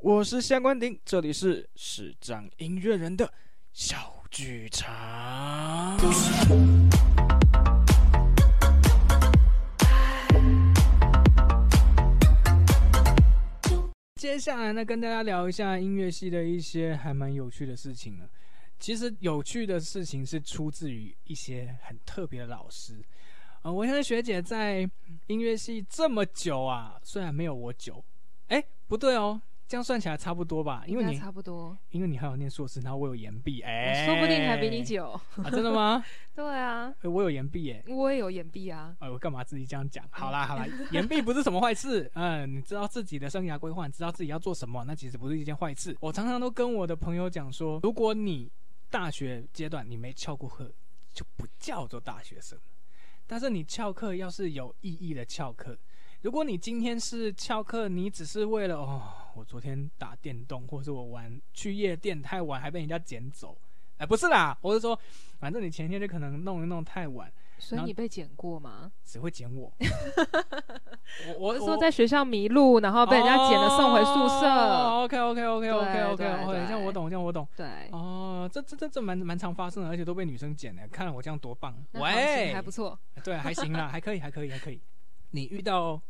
我是夏关鼎，这里是视障音乐人的小剧场。接下来呢，跟大家聊一下音乐系的一些还蛮有趣的事情呢。其实有趣的事情是出自于一些很特别的老师。呃，我现在学姐在音乐系这么久啊，虽然没有我久，哎，不对哦，这样算起来差不多吧？因为那你差不多，因为你还有念硕士，然后我有延毕，哎、说不定还比你久。啊？真的 吗？对啊，哎我有延毕耶。我也有眼壁啊。哎，我干嘛自己这样讲？好啦好啦，延毕不是什么坏事。嗯，你知道自己的生涯规划，你知道自己要做什么，那其实不是一件坏事。我常常都跟我的朋友讲说，如果你大学阶段你没翘过课，就不叫做大学生。但是你翘课要是有意义的翘课，如果你今天是翘课，你只是为了哦，我昨天打电动，或是我玩去夜店太晚还被人家捡走，哎，不是啦，我是说，反正你前天就可能弄一弄太晚，所以你被捡过吗？谁会捡 我？我我我是说在学校迷路，然后被人家捡了送回宿舍。 OK OK OK OK 对 OK 对 OK，对这样哦我懂，这样我懂。对，哦，这这这这蛮蛮常发生的，而且都被女生捡的。看来我这样多棒！那行情喂还，不错。 对，还行 啦，还可以，还可以，还可以。你遇到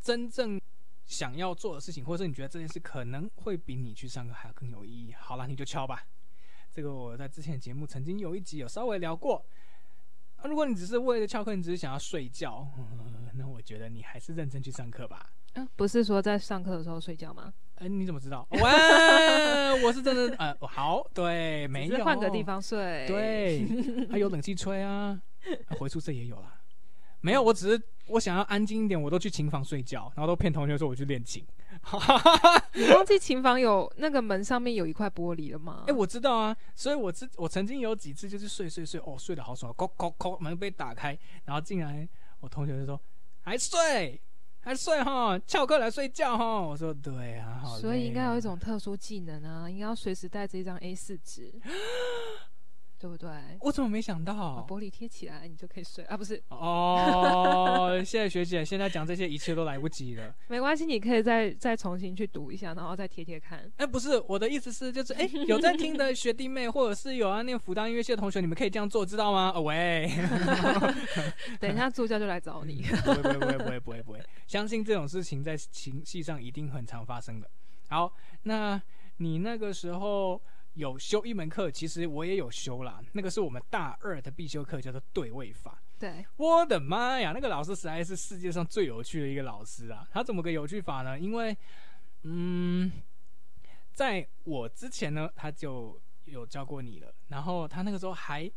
真正想要做的事情，或者你觉得这件事可能会比你去上课还要更有意义，好了，你就敲吧。这个我在之前的节目曾经有一集有稍微聊过。啊、如果你只是为了翘课，你只是想要睡觉， 那我觉得你还是认真去上课吧。嗯，不是说在上课的时候睡觉吗？哎、你怎么知 道？哇，我是真的，呃，好，对，没只是有，换个地方睡。，对，还有冷气吹啊，啊回宿舍也有啦。没有，我只是我想要安静一点，我都去琴房睡觉，然后都骗同学说我去练琴。你忘记琴房有那个门上面有一块玻璃了吗？哎、我知道啊，所以我之我曾经有几次就是睡睡睡，哦，睡得好爽，哐哐哐，门被打开，然后进来，我同学就说还睡还睡哈，翘课来睡觉哈。我说对啊，好所以应该有一累啊种特殊技能啊，应该要随时带着一张 A 四 纸，对不对？我怎么没想把到？玻璃贴起来，你就可以睡啊！不是，哦，谢谢学姐，现在讲这些一切都来不及了。没关系，你可以再再重新去读一下，然后再贴 贴看。哎、不是，我的意思是，就是哎、有在听的学弟妹，或者是有要念复旦音乐系的同学，你们可以这样做，知道吗？哦、喂，等一下助教就来 找你。不会，不会，不会，不会，不会，不会，相信这种事情在情系上一定很常发生的。好，那你那个时候有修一门课，其实我也有修啦，那个是我们大二的必修课，叫做对位法。对，我的妈呀，那个老师实在是世界上最有趣的一个老师啊！他怎么个有趣法呢？因为，嗯，在我之前呢，他就有教过你了，然后他那个时候还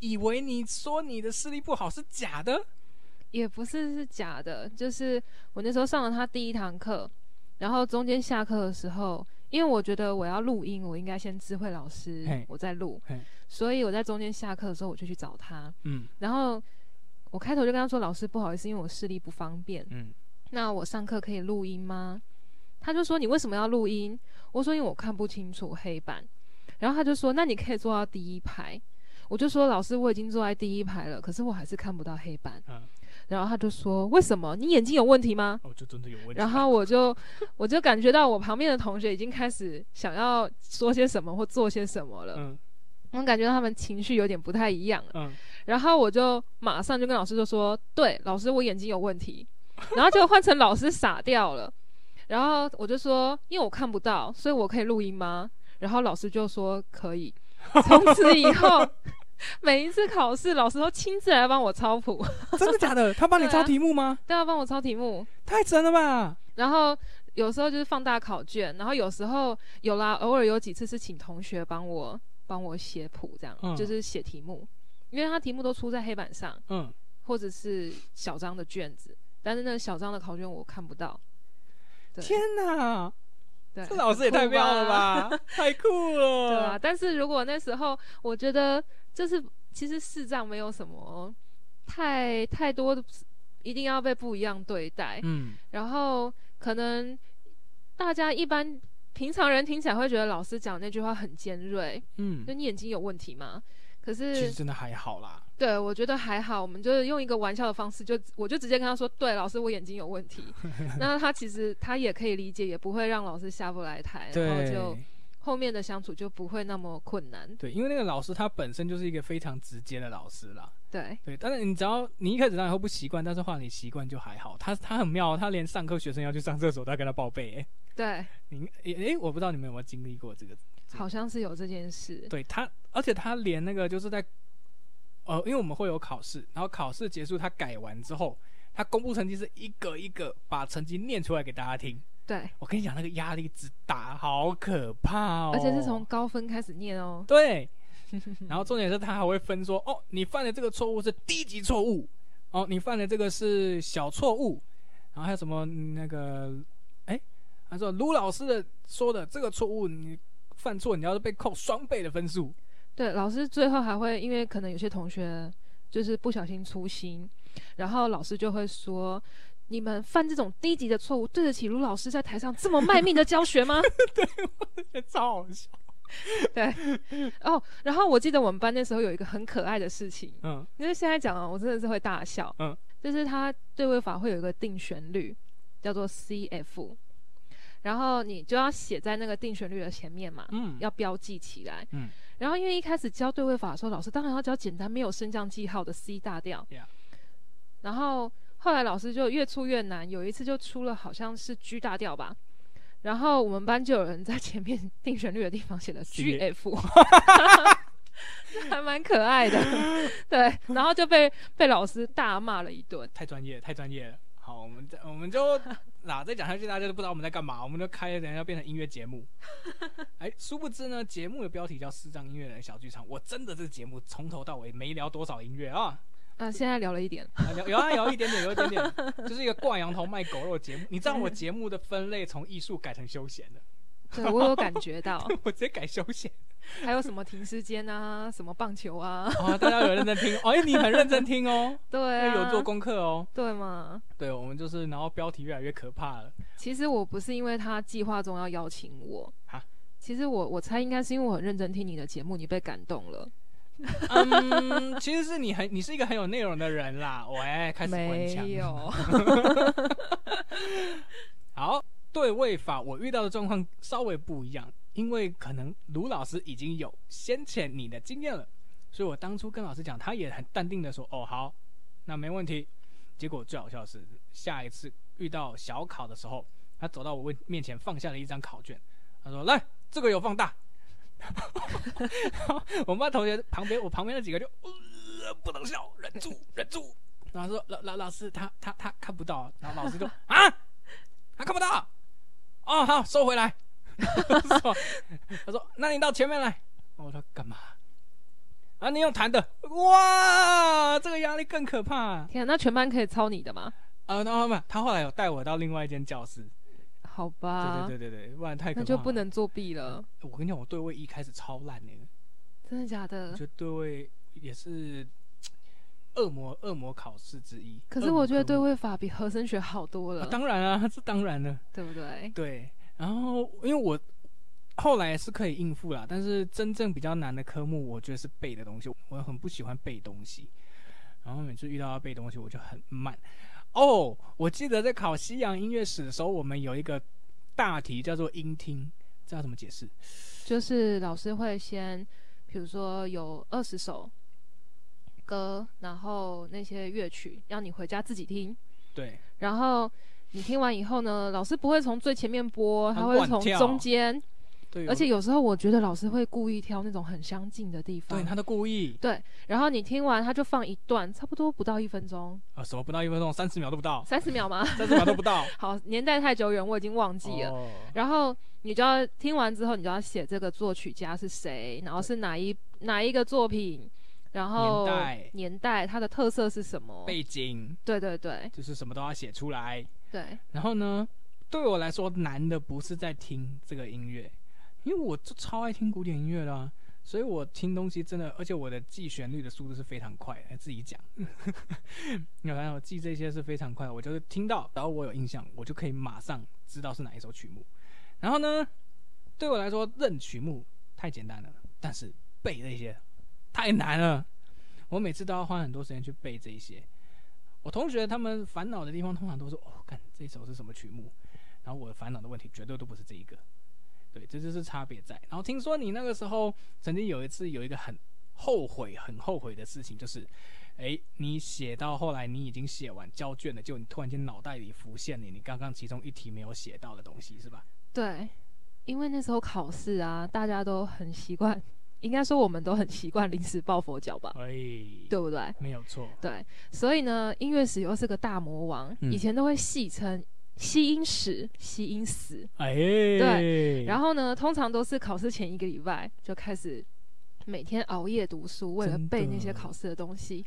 以为你说你的视力不好是假的，也不是是假的，就是我那时候上了他第一堂课，然后中间下课的时候，因为我觉得我要录音，我应该先知会老师嘿，我再录嘿，所以我在中间下课的时候我就去找他，嗯然后我开头就跟他说：“老师，不好意思，因为我视力不方便，嗯，那我上课可以录音吗？”他就说：“你为什么要录音？”我说：“因为我看不清楚黑板。”然后他就说：“那你可以坐到第一排。”我就说：“老师，我已经坐在第一排了，可是我还是看不到黑板。嗯然后他就说：“为什么？你眼睛有问题吗哦，就真的有问？”题。然后我就我就感觉到我旁边的同学已经开始想要说些什么或做些什么了，嗯我感觉到他们情绪有点不太一样了。嗯，然后我就马上就跟老师就说：“对，老师，我眼睛有问题。”然后就换成老师傻掉了。然后我就说：“因为我看不到，所以我可以录音吗？”然后老师就说：“可以。”从此以后，每一次考试，老师都亲自来帮我抄谱，真的假的？他帮你对抄啊题目吗？都要帮我抄题目。太神了吧！然后有时候就是放大考卷，然后有时候有啦，偶尔有几次是请同学帮我帮我写谱，这样、嗯就是写题目，因为他题目都出在黑板上。嗯，或者是小张的卷子，但是那个小张的考卷我看不到。对天哪，对，这老师也太妙了很酷！吧，太酷了。对啊，但是如果那时候我觉得就是其实视障没有什么太太多的，一定要被不一样对待，嗯然后可能大家一般。平常人听起来会觉得老师讲那句话很尖锐，嗯就，你眼睛有问题吗？可其实是真的还好啦。对，我觉得还好，我们就是用一个玩笑的方式，就我就直接跟他说，对，老师我眼睛有问 题。那他其实他也可以理解，也不会让老师下不来台，然后就对后面的相处就不会那么困难。对，因为那个老师他本身就是一个非常直接的老师啦。对，对，但是你只要你一开始当然会不习惯，但是后来你习惯就还好。他他很妙哦，他连上课学生要去上厕所，他跟他报备、欸。对，你诶、诶我不知道你们有没有经历过这个？好像是有这件事。对他，而且他连那个就是在呃，因为我们会有考试，然后考试结束他改完之后，他公布成绩是一个一个把成绩念出来给大家听。对，我跟你讲，那个压力之大，好可怕哦！而且是从高分开始念哦。对，然后重点是他还会分说，哦，你犯的这个错误是低级错误，哦，你犯的这个是小错误，然后还有什么嗯那个，哎，他说卢老师的说的这个错误，你犯错你要是被扣双倍的分数，对，老师最后还会，因为可能有些同学就是不小心粗心，然后老师就会说：“你们犯这种低级的错误，对得起卢老师在台上这么卖命的教学吗 超好笑。？”哦，然后我记得我们班那时候有一个很可爱的事情，嗯，因为现在讲啊，我真的是会大笑。嗯，就是他对位法会有一个定旋律，叫做 CF，然后你就要写在那个定旋律的前面嘛，嗯要标记起来。嗯，然后因为一开始教对位法的时候，老师当然要教简单没有升降记号的 C 大调。 Yeah 然后后来老师就越出越难，有一次就出了好像是 G 大调吧。然后我们班就有人在前面定旋律的地 方写了 G GF，这还蛮可爱 的，对，然后就被被老师大骂了一顿。太专业，太专业了。好，我们再我们 就哪再讲下去，大家就不知道我们在干嘛，我们就开等一下变成音乐节 目。哎，殊不知呢，节目的标题叫《视障音乐人小剧场》，我真的这节目从头到尾没聊多少音乐啊，啊，现在聊了一点，啊有 有啊有一点点，有一点点，就是一个挂羊头卖狗肉的节目。你知道我节目的分类从艺术改成休闲的， 对我有感觉到，我直接改休闲。还有什么停尸间啊，什么棒球 啊，哦，大家有认真听哦，哎，你很认真听哦， 对哎啊，有做功课哦。对嘛？对，我们就是，然后标题越来越可怕了。其实我不是因为他计划中要邀请我啊，其实我我猜应该是因为我很认真听你的节目，你被感动了。嗯， 其实是你很，你是一个很有内容的人啦。喂，开始关没腔。有， 好，对位法我遇到的状况稍微不一样，因为可能卢老师已经有先前你的经验了，所以我当初跟老师讲，他也很淡定的说：“哦，好，那没问题。”结果最好笑的是，下一次遇到小考的时候，他走到我问面前，放下了一张考卷，他说：“来，这个有放大。”我们班同学旁边，我旁边那几个就、呃、不能笑，忍住，忍住。然后说老老老师他他他看不到，然后老师就啊，他看不到，哦好收回来。 他说他说那你到前面来，我说干嘛？啊你用弹的，哇这个压力更可怕啊！天啊、那全班可以抄你的吗？然后嘛，他后来有带我到另外一间教室，好吧，对对对对对，不然太可怕啊那了就不。能作弊了，我跟你讲，我对位一开始超烂的、真的假的我？觉得对位也是恶魔恶魔考试之一。可恶是魔我觉得科对目位法比和声学好多了，啊当然啊，这当然的。对不对？对，然后因为我后来是可以应付啦，但是真正比较难的科目，我觉得是背的东西，我很不喜欢背东西。然后每次遇到要背东西，我就很慢。哦，我记得在考西洋音乐史的时候，我们有一个大题叫做音听，这要怎么解释？就是老师会先，比如说有二十首歌，然后那些乐曲让你回家自己听，对，然后你听完以后呢，老师不会从最前面播，他他会乱从跳中间，对，而且有时候我觉得老师会故意挑那种很相近的地对方，他都故意对，然后你听完他就放一段，差不多不到一分钟，啊、什么不到一分钟，三十秒都不到，三十秒吗？ 三十秒都不到，好，年代太久远，我已经忘记了。哦然后你就要听完之后，你就要写这个作曲家是谁，然后是哪一哪一个作品，然后年代年代它的特色是什么？背景对对对就是什么都要写出来。对，然后呢，对我来说难的不是在听这个音乐，因为我就超爱听古典音乐啦、所以我听东西真的，而且我的记旋律的速度是非常快的，自己讲。 你看我记这些是非常快的，我就是听到，然后我有印象，我就可以马上知道是哪一首曲目。然后呢，对我来说认曲目太简单了，但是背那些太难了。我每次都要花很多时间去背这一些。我同学他们烦恼的地方，通常都是哦，看这首是什么曲目，然后我烦恼的问题绝对都不是这一个。对，这就是差别在。然后听说你那个时候曾经有一次有一个很后悔、很后悔的事情，就是，诶，你写到后来你已经写完交卷了，就你突然间脑袋里浮现你你刚刚其中一题没有写到的东西，是吧？对，因为那时候考试啊，大家都很习惯，应该说我们都很习惯临时抱佛脚吧，哎，对不对？没有错。对，所以呢，音乐史又是个大魔王，嗯以前都会戏称吸音史、吸音死。哎，对后然后呢，通常都是考试前一个礼拜就开始每天熬夜读书，为了真背那的些考试的东西。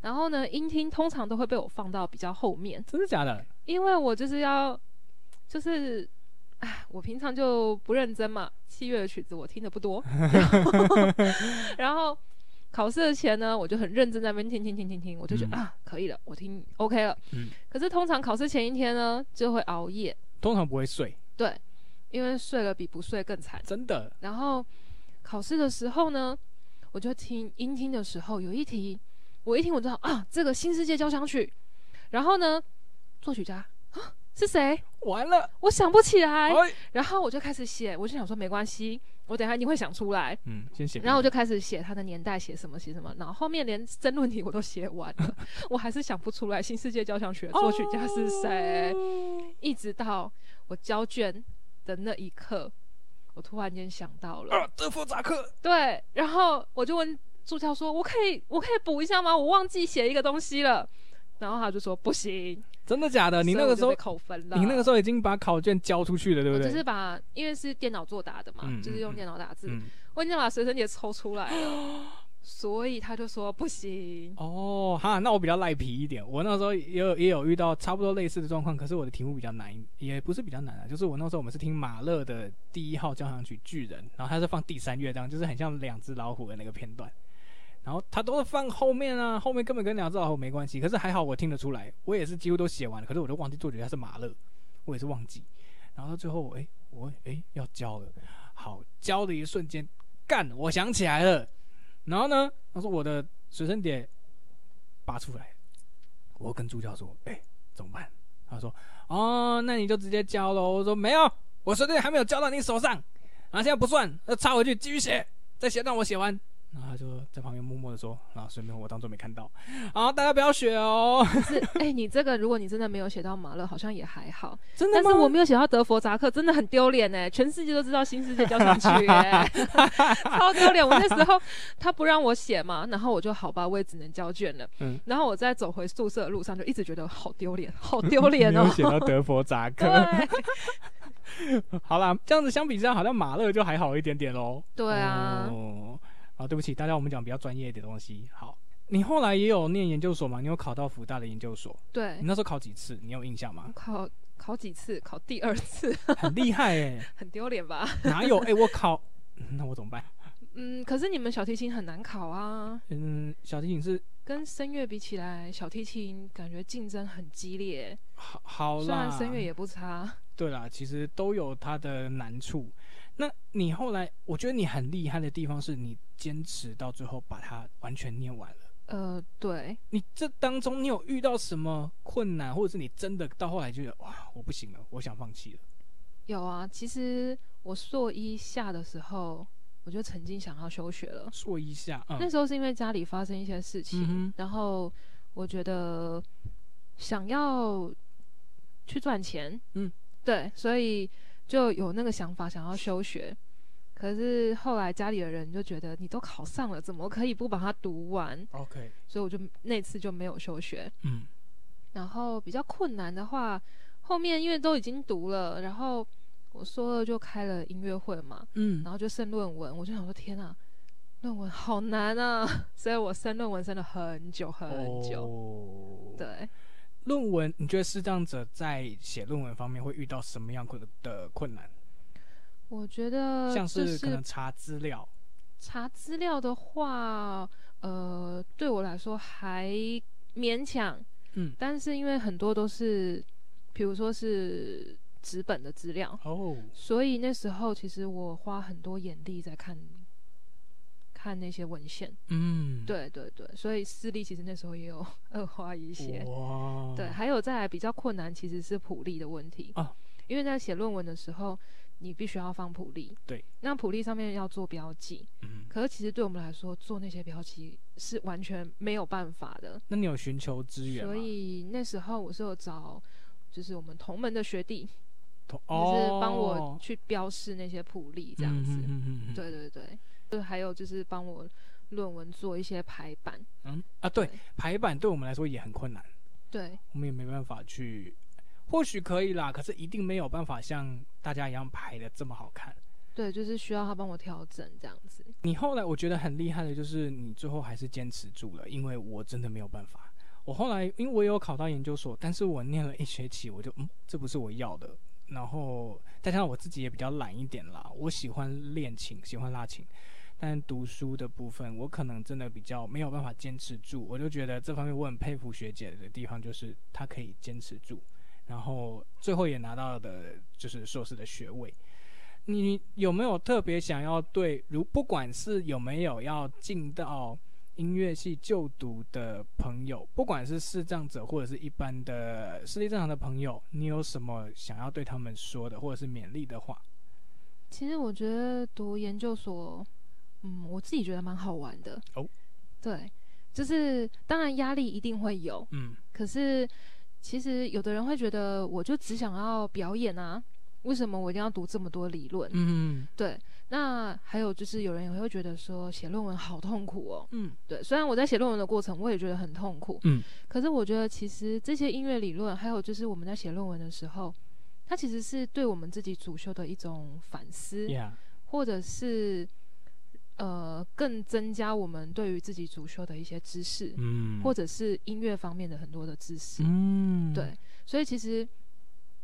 然后呢，音听通常都会被我放到比较后面，真的假的？因为我就是要，就是，哎，我平常就不认真嘛，器乐的曲子我听的不 多，然后然后考试的前呢，我就很认真在那边听听听听听，我就觉得、嗯啊，可以了，我听 OK 了。嗯可是通常考试前一天呢，就会熬夜，通常不会睡，对，因为睡了比不睡更惨。真的。然后考试的时候呢，我就听音听的时候有一题，我一听我知道啊，这个新世界交响曲，然后呢，作曲家啊是谁？完了，我想不起来，哎，然后我就开始写，我就想说没关系，我等一下一定会想出来。嗯，先写。然后我就开始写他的年代，写什么写什么，然后后面连争论题我都写完 了，我还是想不出来《新世界交响曲》的作曲家是谁。哦一直到我交卷的那一刻，我突然间想到了，啊，德弗扎克。对，然后我就问助教说：“我可以，我可以补一下吗？我忘记写一个东西了。”然后他就说：“不行。真的假的？所以啊你那我就被”个时候，扣分了，你那个时候已经把考卷交出去了，对不我对？哦就是把，因为是电脑作答的嘛，嗯就是嗯嗯用电脑打字，嗯，我已经把随身碟抽出来了， 所以他就说 不行。哦，哈，那我比较赖皮一点。我那时候也有也有遇到差不多类似的状况，可是我的题目比较难，也不是比较难啊，就是我那时候我们是听马勒的第一号交响曲《巨人》，然后他是放第三乐章，就是很像两只老虎的那个片段。然后他都是放后面啊，后面根本跟两只老虎没关系。可是还好我听得出来，我也是几乎都写完了，可是我都忘记作曲家是马勒，我也是忘记。然后到最后，诶，我诶要交了，好交的一瞬间，干，我想起来了。然后呢，他说我的随身碟拔出来，我跟助教说，诶，怎么办？他说，哦，那你就直接交喽。我说没有，我随便还没有交到你手上，然后现在不算，要插回去继续写，再写让我写完。然后他就在旁边默默的说，啊，顺便我当做没看到。好，大家不要学哦，可是，哎、你这个如果你真的没有写到马勒，好像也还好。真的但吗？是我没有写到德弗扎克，真的很丢脸哎！全世界都知道《新世界交响曲、 哎超丢脸。我那时候他不让我写嘛，然后我就好吧，我也只能交卷了。嗯然后我在走回宿舍的路上，就一直觉得好丢脸， 好丢脸哦没有。写到德佛扎克。对 好啦，这样子相比之下，好像马勒就还好一点点喽。对啊，哦，好，对不起，大家我们讲比较专业一点的东西。好，你后来也有念研究所吗？你有考到福大的研究所？对？你，那时候考几次？你有印象吗 考考几次？考第二次，很厉害哎、 很丢脸吧？哪有哎、我考，那我怎么办？嗯，可是你们小提琴很难考啊，嗯，小提琴是跟声乐比起来，小提琴感觉竞争很激烈。好好啦，虽然声乐也不差，对啦，其实都有它的难处。那你后来，我觉得你很厉害的地方是你坚持到最后把它完全念完了。呃，对，你这当中你有遇到什么困难，或者是你真的到后来就觉得哇，我不行了，我想放弃了？有啊。其实我硕一下的时候，我就曾经想要休学了。说一下，那嗯，时候是因为家里发生一些事情，嗯哼然后我觉得想要去赚钱，嗯，对，所以就有那个想法想要休学。可是后来家里的人就觉得你都考上了，怎么可以不把它读完？ ，OK，所以我就那次就没有休学。嗯，然后比较困难的话，后面因为都已经读了，然后我说了就开了音乐会嘛，嗯然后就剩论文，我就想说天啊，论文好难啊， 所以我升论文升了很久很久。哦、对，论文，你觉得视障者在写论文方面会遇到什么样困的困难？我觉得像呃就是可能查资料，查资料的话，呃，对我来说还勉强，嗯，但是因为很多都是，比如说是纸本的资料，哦，所以那时候其实我花很多眼力在看看那些文献。嗯，对对对，所以私立其实那时候也有 恶化一些。哇，对，，还有再来比较困难，其实是普利的问题。哦因为在写论文的时候，你必须要放普利。对，那普利上面要做标记，嗯，可是其实对我们来说，做那些标记是完全没有办法的。那你有寻求资源吗？所以那时候我是有找，就是我们同门的学弟，同就是帮我哦去标示那些普利这样子。嗯嗯嗯嗯嗯对对对，就是还有就是帮我论文做一些排版。嗯啊，对，排版对我们来说也很困难，对我们也没办法去，或许可以啦，可是一定没有办法像大家一样排的这么好看。对，就是需要他帮我调整这样子。你后来我觉得很厉害的就是你最后还是坚持住了，因为我真的没有办法。我后来因为我有考到研究所，但是我念了一学期，我就嗯，这不是我要的。然后再加上我自己也比较懒一点啦，我喜欢练琴，喜欢拉琴，但读书的部分我可能真的比较没有办法坚持住。我就觉得这方面我很佩服学姐的地方就是她可以坚持住，然后最后也拿到的就是硕士的学位。你有没有特别想要对，如不管是有没有要进到音乐系就读的朋友，不管是视障者或者是一般的视力正常的朋友，你有什么想要对他们说的，或者是勉励的话？其实我觉得读研究所，嗯，我自己觉得蛮好玩的。哦，对，就是当然压力一定会有，嗯可是其实有的人会觉得，我就只想要表演啊，为什么我一定要读这么多理论？嗯对，那还有就是有人也会觉得说写论文好痛苦哦。嗯对，虽然我在写论文的过程我也觉得很痛苦，嗯，可是我觉得其实这些音乐理论，还有就是我们在写论文的时候，它其实是对我们自己主修的一种反思。 ，Yeah，或者是呃更增加我们对于自己主修的一些知识，嗯，或者者是音乐方面的很多的知识。嗯，对，所以其实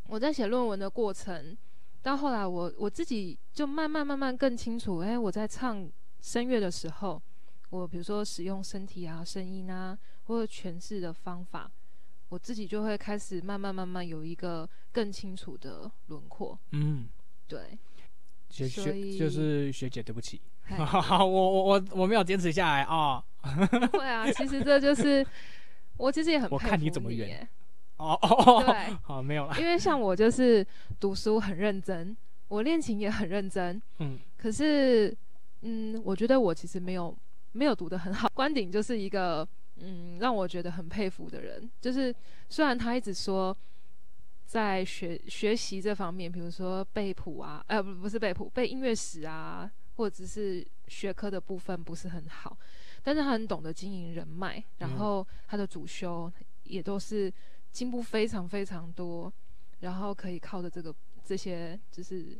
我在写论文的过程，到后来我我自己就慢慢慢慢更清楚，哎，我在唱声乐的时候，我比如说使用身体啊、声音啊，或者诠释的方法。我自己就会开始慢慢慢慢有一个更清楚的轮廓，嗯，对，学所学以哎就是学姐，对不起，嗨我我我我没有坚持下来啊， 会啊，其实这就是我其实也很我佩看服你怎么圆耶哦哦哦， 对，好，没有啦，因为像我就是读书很认真，我练琴也很认真，嗯可是嗯，我觉得我其实没有没有读得很好。关顶就是一个嗯让我觉得很佩服的人，就是虽然他一直说。在学学习这方面，比如说背谱啊，呃，不，不是背谱，背音乐史啊，或者是学科的部分不是很好，但是他很懂得经营人脉，嗯然后他的主修也都是进步非常非常多，然后可以靠着这个这些就是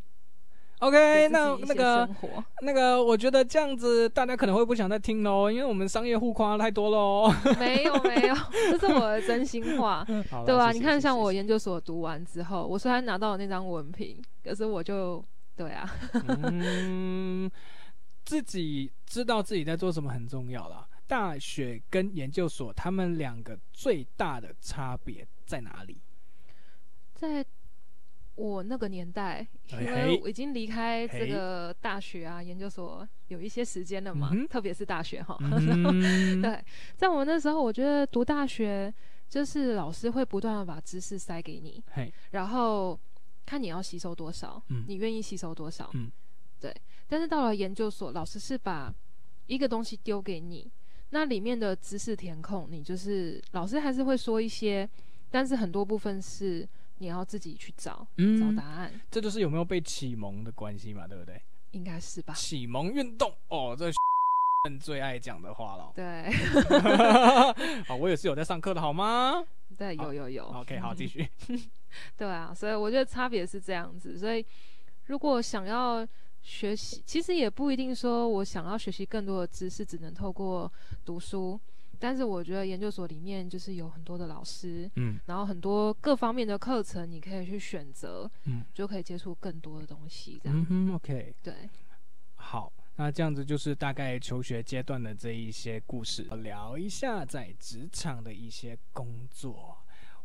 ，OK，给哎那自己一那些个生活， 那个，我觉得这样子大家可能会不想再听喽，因为我们商业互夸太多喽。没有没有，这是我的真心话， 好啦对吧？谢谢你看，谢谢像我谢研究所读完之后，我虽然拿到了那张文凭，可是我就对啊，谢 嗯，自己知道自己在做什么很重要啦。大学跟研究所，他们两个最大的差别在哪里？在我那个年代，因哎为我已经离开这个大学啊、研究所有一些时间了嘛嗯哼，特别是大学哈。嗯 对，在我那时候，我觉得读大学就是老师会不断的把知识塞给你，嘿，然后看你要吸收多少，嗯你愿意吸收多少，嗯对。但是到了研究所，老师是把一个东西丢给你，那里面的知识填空，你就是老师还是会说一些，但是很多部分是你要自己去找、嗯找答案，这就是有没有被启蒙的关系嘛，对不对？应该是吧？启蒙运动哦，这 人最爱讲的话 了。对 啊，我也是有在上课的好吗对，好有有有。 ？OK，好，继续。对啊，所以我觉得差别是这样子。所以如果想要学习，其实也不一定说我想要学习更多的知识，只能透过读书。但是我觉得研究所里面就是有很多的老师，嗯然后很多各方面的课程，你可以去选择，嗯就可以接触更多的东西。这样、嗯哼，OK。对，好，那这样子就是大概求学阶段的这一些故事，聊一下在职场的一些工作。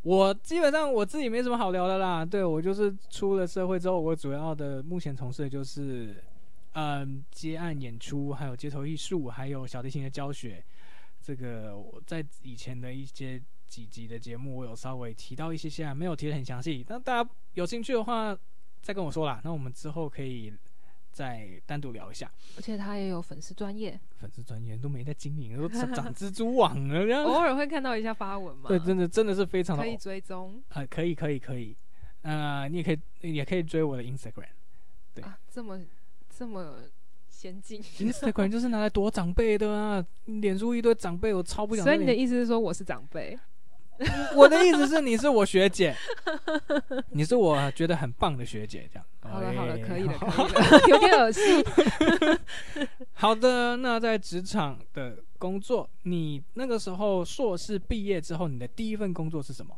我基本上我自己没什么好聊的啦，对我就是出了社会之后，我主要的目前从事的就是嗯接案演出，还有街头艺术，还有小提琴的教学。这个我在以前的一些几集的节目，我有稍微提到一些些啊，没有提的很详细。那大家有兴趣的话，再跟我说啦。那我们之后可以再单独聊一下。而且他也有粉丝 专业，粉丝专员都没在经营， 都长长蜘蛛网了这样。偶尔会看到一下发文嘛，对，真的真的是非常的哦可以追踪啊，可以可以可以，呃，你也可以也可以追我的 Instagram。对啊，这么这么先进。 Instagram 就是拿来躲长辈的啊，脸书一堆长辈，我超不想。所以你的意思是说我是长辈？我的意思是你是我学 姐，你是我觉得很棒的学姐，这样。好了好了，哎 可以了，可以了，有点恶心。好的，那在职场的工作，你那个时候硕士毕业之后，你的第一份工作是什么？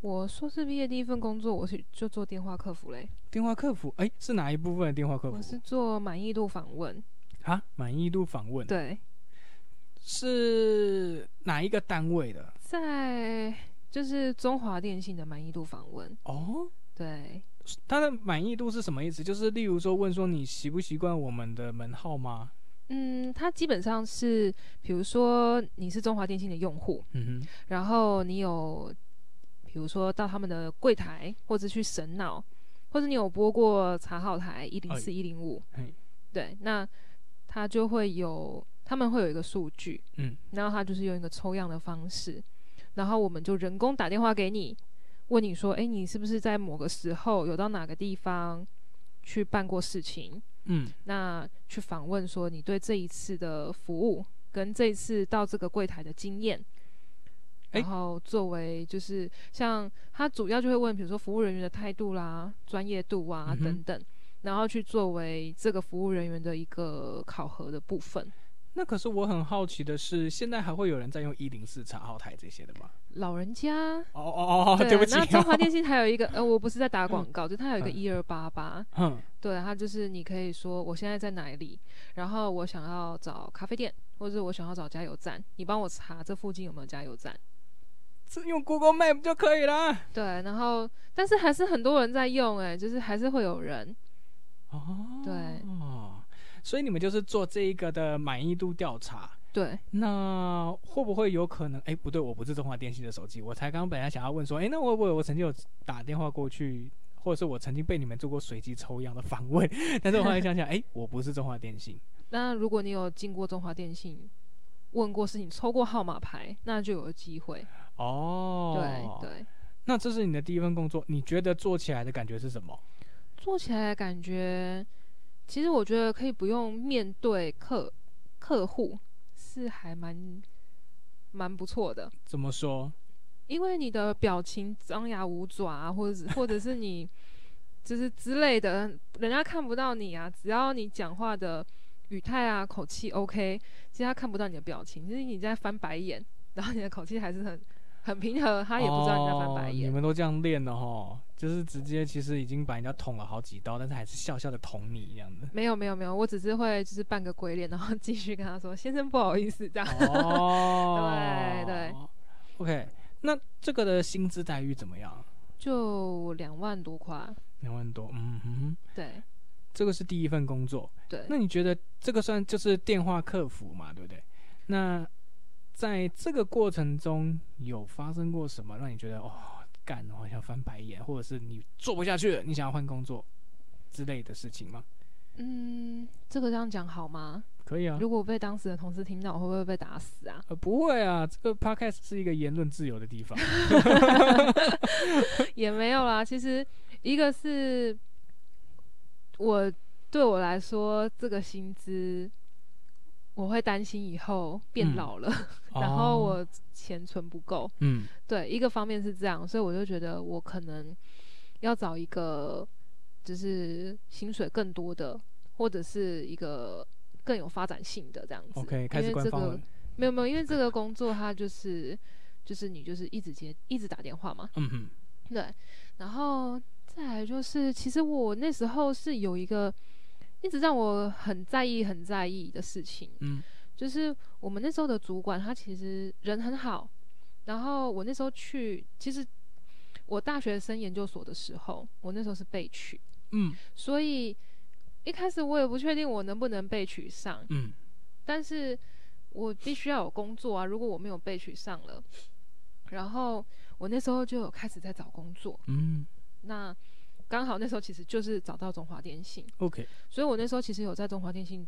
我硕士毕业第一份工作，我是就做电话客服嘞，电话客服？哎、是哪一部分的电话客我是服？做满意度访问，啊，满意度访问。，对，是哪一个单位的？在就是中华电信的满意度访问，哦，对，它的满意度是什么意思？就是例如说问说你习不习惯我们的门号吗？嗯，它基本上是，比如说你是中华电信的用户，嗯哼，然后你有，比如说到他们的柜台，或者去神脑，或者你有拨过查号台一零四一零五哎嘿，对，那他就会有，他们会有一个数据，嗯，然后他就是用一个抽样的方式，然后我们就人工打电话给你，问你说，哎，你是不是在某个时候有到哪个地方去办过事情？嗯，那去访问说你对这一次的服务跟这一次到这个柜台的经验，诶然后作为就是像他主要就会问，比如说服务人员的态度啦、专业度啊嗯哼等等，然后去作为这个服务人员的一个考核的部分。那可是我很好奇的是，现在还会有人在用一零四查号台这些的吗？老人家，哦哦哦，对啊对不起哦，那中华电信还有一个，呃，我不是在打广告，就它有一个 嗯一二八八， 嗯对，它就是你可以说我现在在哪里，然后我想要找咖啡店，或者我想要找加油站，你帮我查这附近有没有加油站。这用 Google Map 就可以啦。对，然后但是还是很多人在用、哎，就是还是会有人。哦，对，所以你们就是做这一个的满意度调查。对，那会不会有可能？哎，不对，我不是中华电信的手机，我才刚本来想要问说，哎，那会不会我曾经有打电话过去，或者是我曾经被你们做过随机抽样的访问？但是我后来想想，哎，我不是中华电信，那如果你有进过中华电信，问过事情，抽过号码牌，那就有机会。哦，对，对，那这是你的第一份工作，你觉得做起来的感觉是什么？做起来感觉，其实我觉得可以不用面对客客户，是还蛮蛮不错的。怎么说？因为你的表情张牙舞爪、啊，或者是或者是你就是之类的，人家看不到你啊。只要你讲话的语态啊、口气 OK，其实他看不到你的表情，就是你在翻白眼，然后你的口气还是很很平和，他也不知道你在翻白哦、你眼。。们都这样练的哈，就是直接其实已经把人家捅了好几刀，但是还是笑笑的捅你一样的没有没有没有，我只是会就是扮个鬼脸，然后继续跟他说：“先生，不好意思，这样。哦， 对对。 OK，那这个的薪资待遇怎么样？ 就两万多块，两万多，嗯哼哼，对这个是第一份工作。对。那你觉得这个算就是电话客服嘛，对不对？那在这个过程中有发生过什么让你觉得哦，干，我好想翻白眼，或者是你做不下去了，你想要换工作之类的事情吗？嗯，这个这样讲好吗？可以啊，如果被当时的同事听到，我会不会被打死啊？呃，不会啊，这个 podcast 是一个言论自由的地方。也没有啦，其实一个是我对我来说，这个薪资我会担心以后变嗯老了， 然后哦，我钱存不够。嗯，对，一个方面是这样，所以我就觉得我可能要找一个就是薪水更多的，或者是一个更有发展性的这样子。 OK，开因始为官这方个了。没有没有，因为这个工作它就是就是你就是一直接一直打电话嘛，嗯哼，对，然后再来就是，其实我那时候是有一个一直让我很在意、很在意的事情，嗯，就是我们那时候的主管他其实人很好，然后我那时候去，其实我大学升研究所的时候，我那时候是被取，嗯所以。一开始我也不确定我能不能被取上，嗯，但是我必须要有工作啊。如果我没有被取上了，然后我那时候就有开始在找工作。嗯那刚好那时候其实就是找到中华电信， ，OK，所以我那时候其实有在中华电信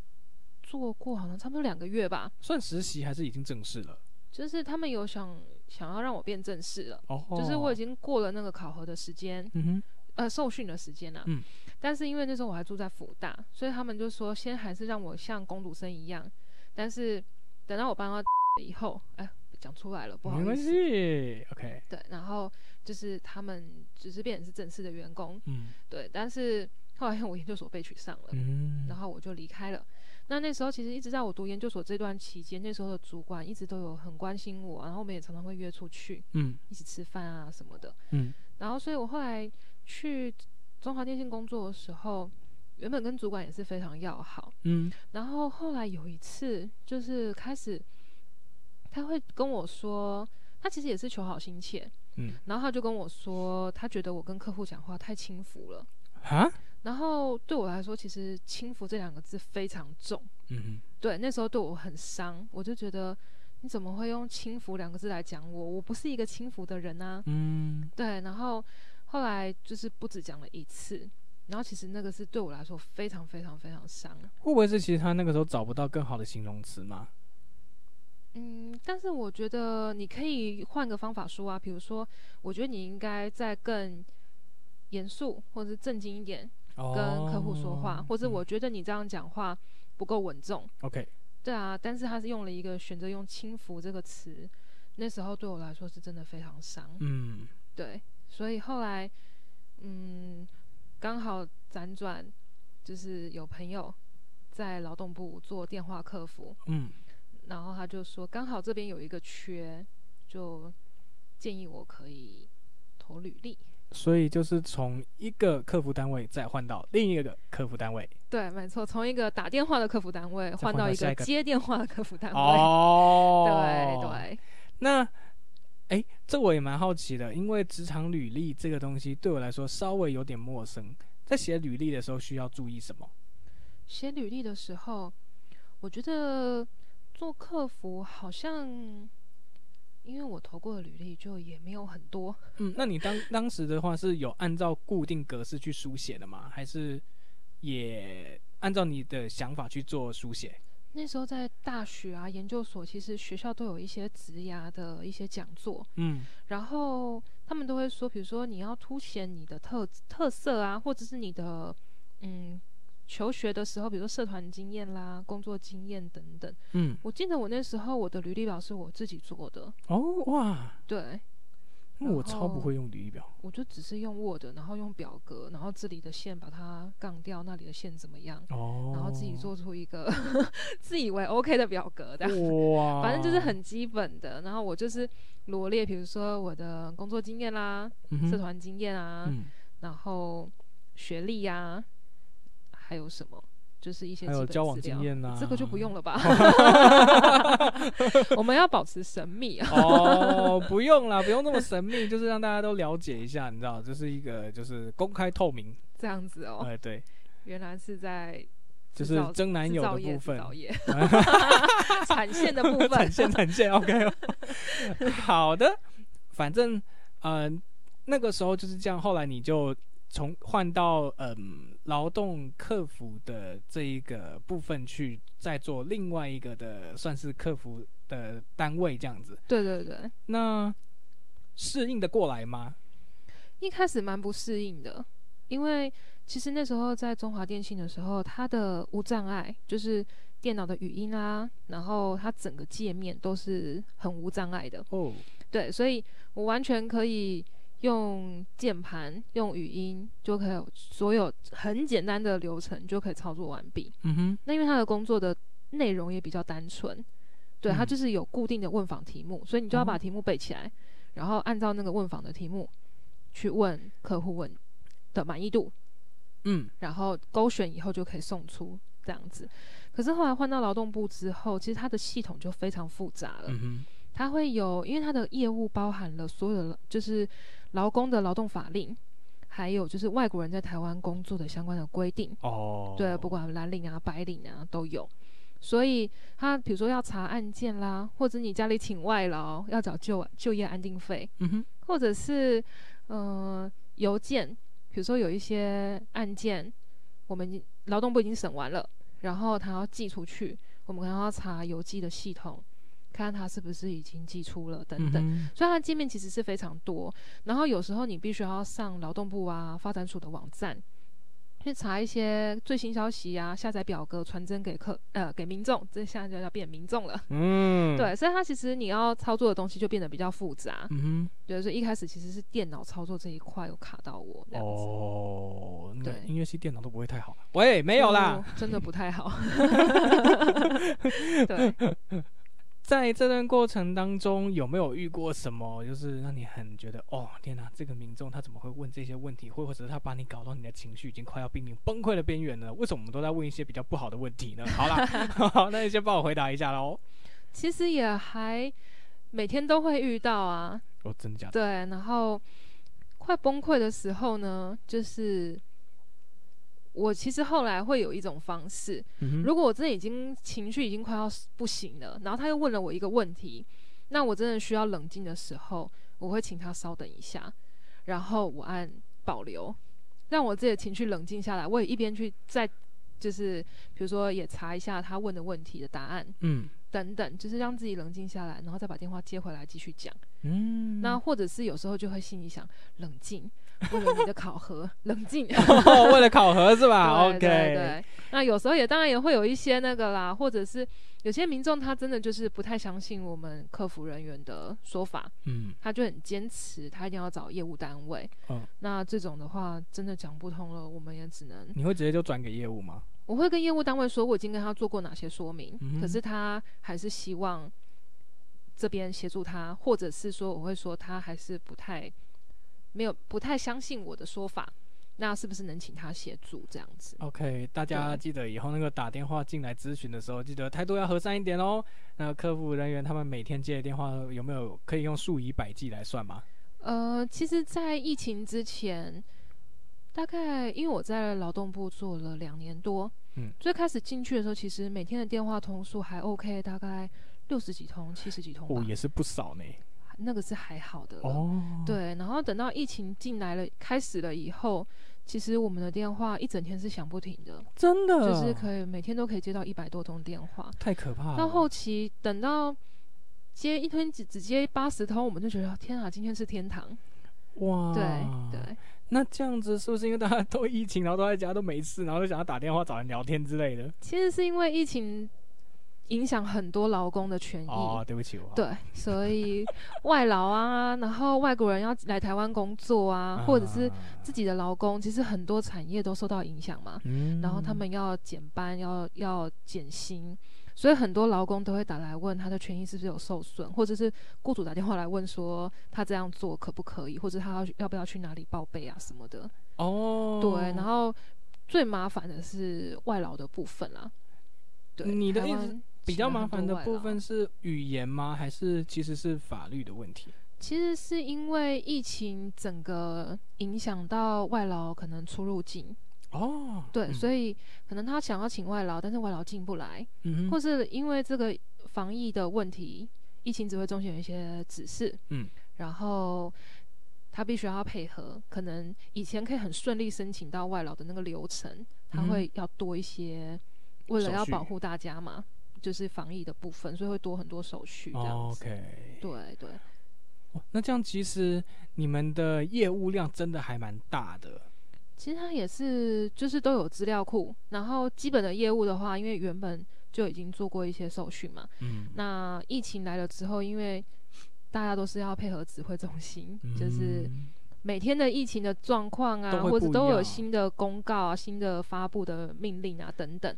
做过，好像差不多两个月吧。算实习还是已经正式了？就是他们有想想要让我变正式了，哦，就是我已，经过了那个考核的时间，嗯哼，呃受训的时间啊。嗯但是因为那时候我还住在福大，所以他们就说先还是让我像工读生一样，但是等到我搬到以后，哎，讲出来了，不好没意关思。系，OK，对，然后就是他们就是变成是正式的员工，嗯对，但是后来我研究所被取上了，嗯，然后我就离开了。那那时候其实一直在我读研究所这段期间，那时候的主管一直都有很关心我，然后我们也常常会约出去嗯一起吃饭啊什么的。嗯然后，所以我后来去中华电信工作的时候，原本跟主管也是非常要好。嗯然后后来有一次，就是开始他会跟我说，他其实也是求好心切，嗯，然后他就跟我说，他觉得我跟客户讲话太轻浮了。哈，然后对我来说，其实“轻浮”这两个字非常重。嗯对，那时候对我很伤，我就觉得你怎么会用“轻浮”两个字来讲我？我不是一个轻浮的人啊。嗯对，然后后来就是不止讲了一次，然后其实那个是对我来说非常非常非常伤。会不会是其实他那个时候找不到更好的形容词嘛？嗯，但是我觉得你可以换个方法说啊，比如说，我觉得你应该再更严肃或者是正经一点哦，跟客户说话，或者嗯我觉得你这样讲话不够稳重。 OK，对啊，但是他是用了一个选择用“轻浮”这个词，那时候对我来说是真的非常伤。嗯对，所以后来，嗯，刚好辗转，就是有朋友在劳动部做电话客服，嗯然后他就说刚好这边有一个缺，就建议我可以投履历。所以就是从一个客服单位再换到另一个客服单位。对，没错，从一个打电话的客服单位换换到到一下个一个接电话的客服单位。哦，对。对，那，哎，这我也蛮好奇的，因为职场履历这个东西对我来说稍微有点陌生。在写履历的时候需要注意什么？写履历的时候，我觉得做客服好像，因为我投过的履历就也没有很多，嗯，那你当当时的话是有按照固定格式去书写的吗？还是也按照你的想法去做书写？那时候在大学啊、研究所，其实学校都有一些职涯的一些讲座，嗯然后他们都会说，比如说你要凸显你的特特色啊，或者是你的嗯求学的时候，比如说社团经验啦、工作经验等等。嗯，我记得我那时候我的履历表是我自己做的，哦哇，对那我超不然后会用履历表。我就只是用 Word，然后用表格，然后这里的线把它杠掉，那里的线怎么样，哦，然后自己做出一个 自以为 OK 的表格的。哇， 反正就是很基本的。然后我就是罗列，比如说我的工作经验啦、嗯哼社团经验啊，嗯，然后学历呀、还有什么，就是一些还有基本交往资料经验啊这个就不用了 吧？ 我们要保持神秘啊。哦，不用啦，不用那么神秘，就是让大家都了解一下，你知道，这是一个就是公开透明，这样子哦，哎，对，原来是在就制是造真男制友造的部业，制分，造 业 产线的部分展。现展现，OK，好的，反正嗯、呃那个时候就是这样，后来你就从换到嗯劳、动客服的这一个部分去，再做另外一个的算是客服的单位这样子， 对对对，那适应的过来吗？一开始蛮不适应的，因为其实那时候在中华电信的时候，它的无障碍就是电脑的语音啊，然后它整个界面都是很无障碍的，哦，对，所以我完全可以用键盘、用语音就可以所有很简单的流程就可以操作完毕。嗯哼，那因为它的工作的内容也比较单纯，对，它嗯就是有固定的问访题目，所以你就要哦把题目背起来，然后按照那个问访的题目去问客户问的满意度，嗯。然后勾选以后就可以送出这样子。可是后来换到劳动部之后，其实它的系统就非常复杂了，嗯它会有，因为它的业务包含了所有的，就是劳工的劳动法令，还有就是外国人在台湾工作的相关的规定，哦，对，不管蓝领啊、白领啊都有。所以他比如说要查案件啦，或者你家里请外劳要找就就业安定费，嗯哼，或者是呃邮件，比如说有一些案件，我们已经劳动部已经审完了，然后他要寄出去，我们可能要查邮寄的系统，看看他是不是已经寄出了等等。嗯哼所以它的界面其实是非常多，然后有时候你必须要上劳动部啊、发展署的网站去查一些最新消息啊，下载表格传真给客呃给民众，这现在就要变民众了。嗯，，对，所以它其实你要操作的东西就变得比较复杂。嗯对，所以一开始其实是电脑操作这一块有卡到我这哼，样子。哦，那对嗯音乐系电脑都不会太好了。喂，没有啦，就，真的不 太好。对，在这段过程当中，有没有遇过什么，就是让你很觉得，哦，天哪，这个民众他怎么会问这些问题，或或者是他把你搞到你的情绪已经快要濒临崩溃的边缘了？为什么我们都在问一些比较不好的问题呢？好 啦，好，那你先帮我回答一下喽。其实也还每天都会遇到啊，哦，真的假的？对，然后快崩溃的时候呢，就是我其实后来会有一种方式，嗯哼如果我真的已经情绪已经快要不行了，然后他又问了我一个问题，那我真的需要冷静的时候，我会请他稍等一下，然后我按保留，让我自己的情绪冷静下来，我也一边去再就是比如说也查一下他问的问题的答案嗯等等，就是让自己冷静下来，然后再把电话接回来继续讲。嗯， 那或者是有时候就会心里想冷静，为了你的考核 冷静。哦，为了考核是吧对啊？OK，对对，那有时候也当然也会有一些那个啦，或者是有些民众他真的就是不太相信我们客服人员的说法，嗯，他就很坚持他一定要找业务单位。嗯那这种的话真的讲不通了，我们也只能你会直接就转给业务吗？我会跟业务单位说我已经跟他做过哪些说明，嗯可是他还是希望这边协助他，或者是说我会说他还是不太没有不太相信我的说法，那是不是能请他协助这样子？ OK，大家对记得以后那个打电话进来咨询的时候，记得态度要和善一点哦。那客服人员他们每天接的电话有没有可以用数以百计来算吗？呃，其实，在疫情之前，大概因为我在劳动部做了两年多，嗯，最开始进去的时候，其实每天的电话通数还 OK，大概六十几通、七十几通吧，哦，也是不少呢。那个是还好的了哦，，对，然后等到疫情进来了，开始了以后，其实我们的电话一整天是响不停的，真的，就是可以每天都可以接到一百多通电话。太可怕了。到后期等到接一天只只接八十通，我们就觉得天啊，今天是天堂。哇，对、对，那这样子是不是因为大家都疫情，然后都在家都没事，然后就想要打电话找人聊天之类的？其实是因为疫情影响很多劳工的权益。哦，对不起，我，嗯对，所以外劳啊，然后外国人要来台湾工作啊，或者是啊，自己的劳工，其实很多产业都受到影响嘛。嗯然后他们要减班，要要减薪，所以很多劳工都会打来问他的权益是不是有受损，或者是雇主打电话来问说他这样做可不可以，或者他要要不要去哪里报备啊什么的。哦，对，然后最麻烦的是外劳的部分啦。对，你的台意思湾比较请麻了很烦多的外部劳分是语言吗？还是其实是法律的问题？其实是因为疫情整个影响到外劳可能出入境，哦，对，嗯所以可能他想要请外劳，但是外劳进不来。嗯或哼，是因为这个防疫的问题，疫情指挥中心有一些指示，嗯，然后他必须要配合，可能以前可以很顺利申请到外劳的那个流程，他嗯哼会要多一些，为了手要续保护大家嘛，就是防疫的部分，所以会多很多手续这样哦子。 OK，对对，哦那这样其实你们的业务量真的还蛮大的。其实它也是就是都有资料库，然后基本的业务的话，因为原本就已经做过一些手续嘛，嗯，那疫情来了之后，因为大家都是要配合指挥中心，就是嗯每天的疫情的状况啊都，会或不者一都样有新的公告啊、新的发布的命令啊等等，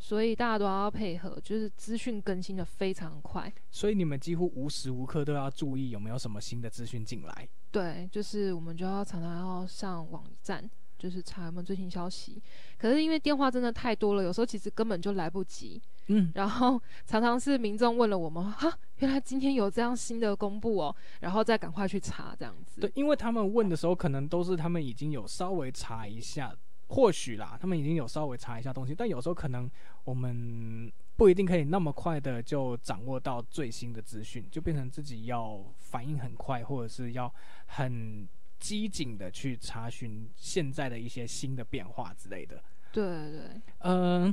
所以大家都要配合，就是资讯更新的非常快。所以你们几乎无时无刻都要注意有没有什么新的资讯进来。对，就是我们就要常常要上网站，就是查有没有最新消息。可是因为电话真的太多了，有时候其实根本就来不及，嗯，然后常常是民众问了我们啊，原来今天有这样新的公布哦，然后再赶快去查这样子。对，因为他们问的时候，可能都是他们已经有稍微查一下，或许啦，他们已经有稍微查一下东西，但有时候可能我们不一定可以那么快的就掌握到最新的资讯，就变成自己要反应很快，或者是要很机警的去查询现在的一些新的变化之类的。对对，嗯，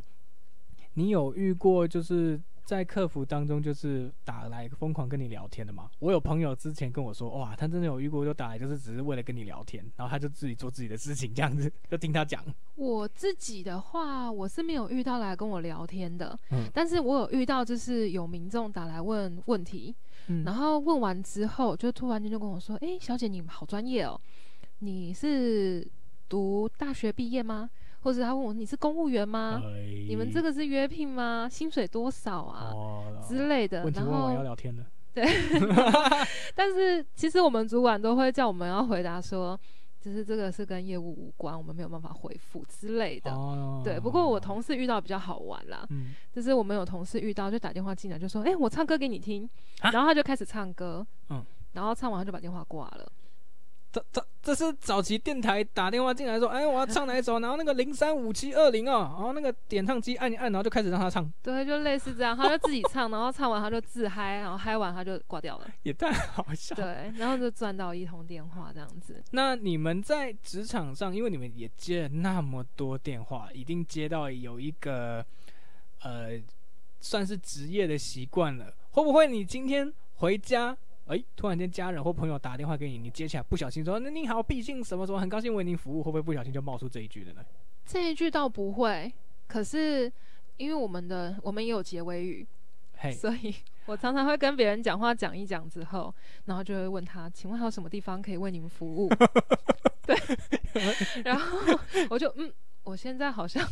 你有遇过就是在客服当中就是打来疯狂跟你聊天的吗？我有朋友之前跟我说，哇，他真的有遇过，就打来就是只是为了跟你聊天，然后他就自己做自己的事情，这样子就听他讲。我自己的话，我是没有遇到来跟我聊天的，嗯但是我有遇到就是有民众打来问问题，嗯然后问完之后，就突然间就跟我说：“诶，小姐，你好专业哦，你是读大学毕业吗？”或者他问我：“你是公务员啊吗？啊你们这个个是约聘吗？薪水多少啊？”哦，之类的。问题然问完要后，聊天的，但是其实我们主管都会叫我们要回答说，就是这个是跟业务无关，我们没有办法回复之类的。哦，对，不过我同事遇到比较好玩啦，嗯，就是我们有同事遇到就打电话进来就说：“诶，哎我唱歌给你听。啊然后他就开始唱歌，嗯然后唱完他就把电话挂了。这这这是早期电台打电话进来说，哎，我要唱哪一首，然后那个零三五七二零哦，然后那个点唱机按一按，然后就开始让他唱，对，就类似这样，他就自己唱，然后唱完他就自嗨，然后嗨完他就挂掉 了。也太好笑了。对，然后就赚到一通电话这样子。那你们在职场上，因为你们也接了那么多电话，一定接到有一个呃，算是职业的习惯了。会不会你今天回家，哎、突然间家人或朋友打电话给你，你接起来不小心说“那你好，毕竟什么什么，很高兴为您服务”，会不会不小心就冒出这一句了 呢？这一句倒不会，可是因为我们的我们也有结尾语，嘿，所以我常常会跟别人讲话讲一讲之后，然后就会问他，请问还有什么地方可以为你们服 务？对，然后我就嗯，我现在好像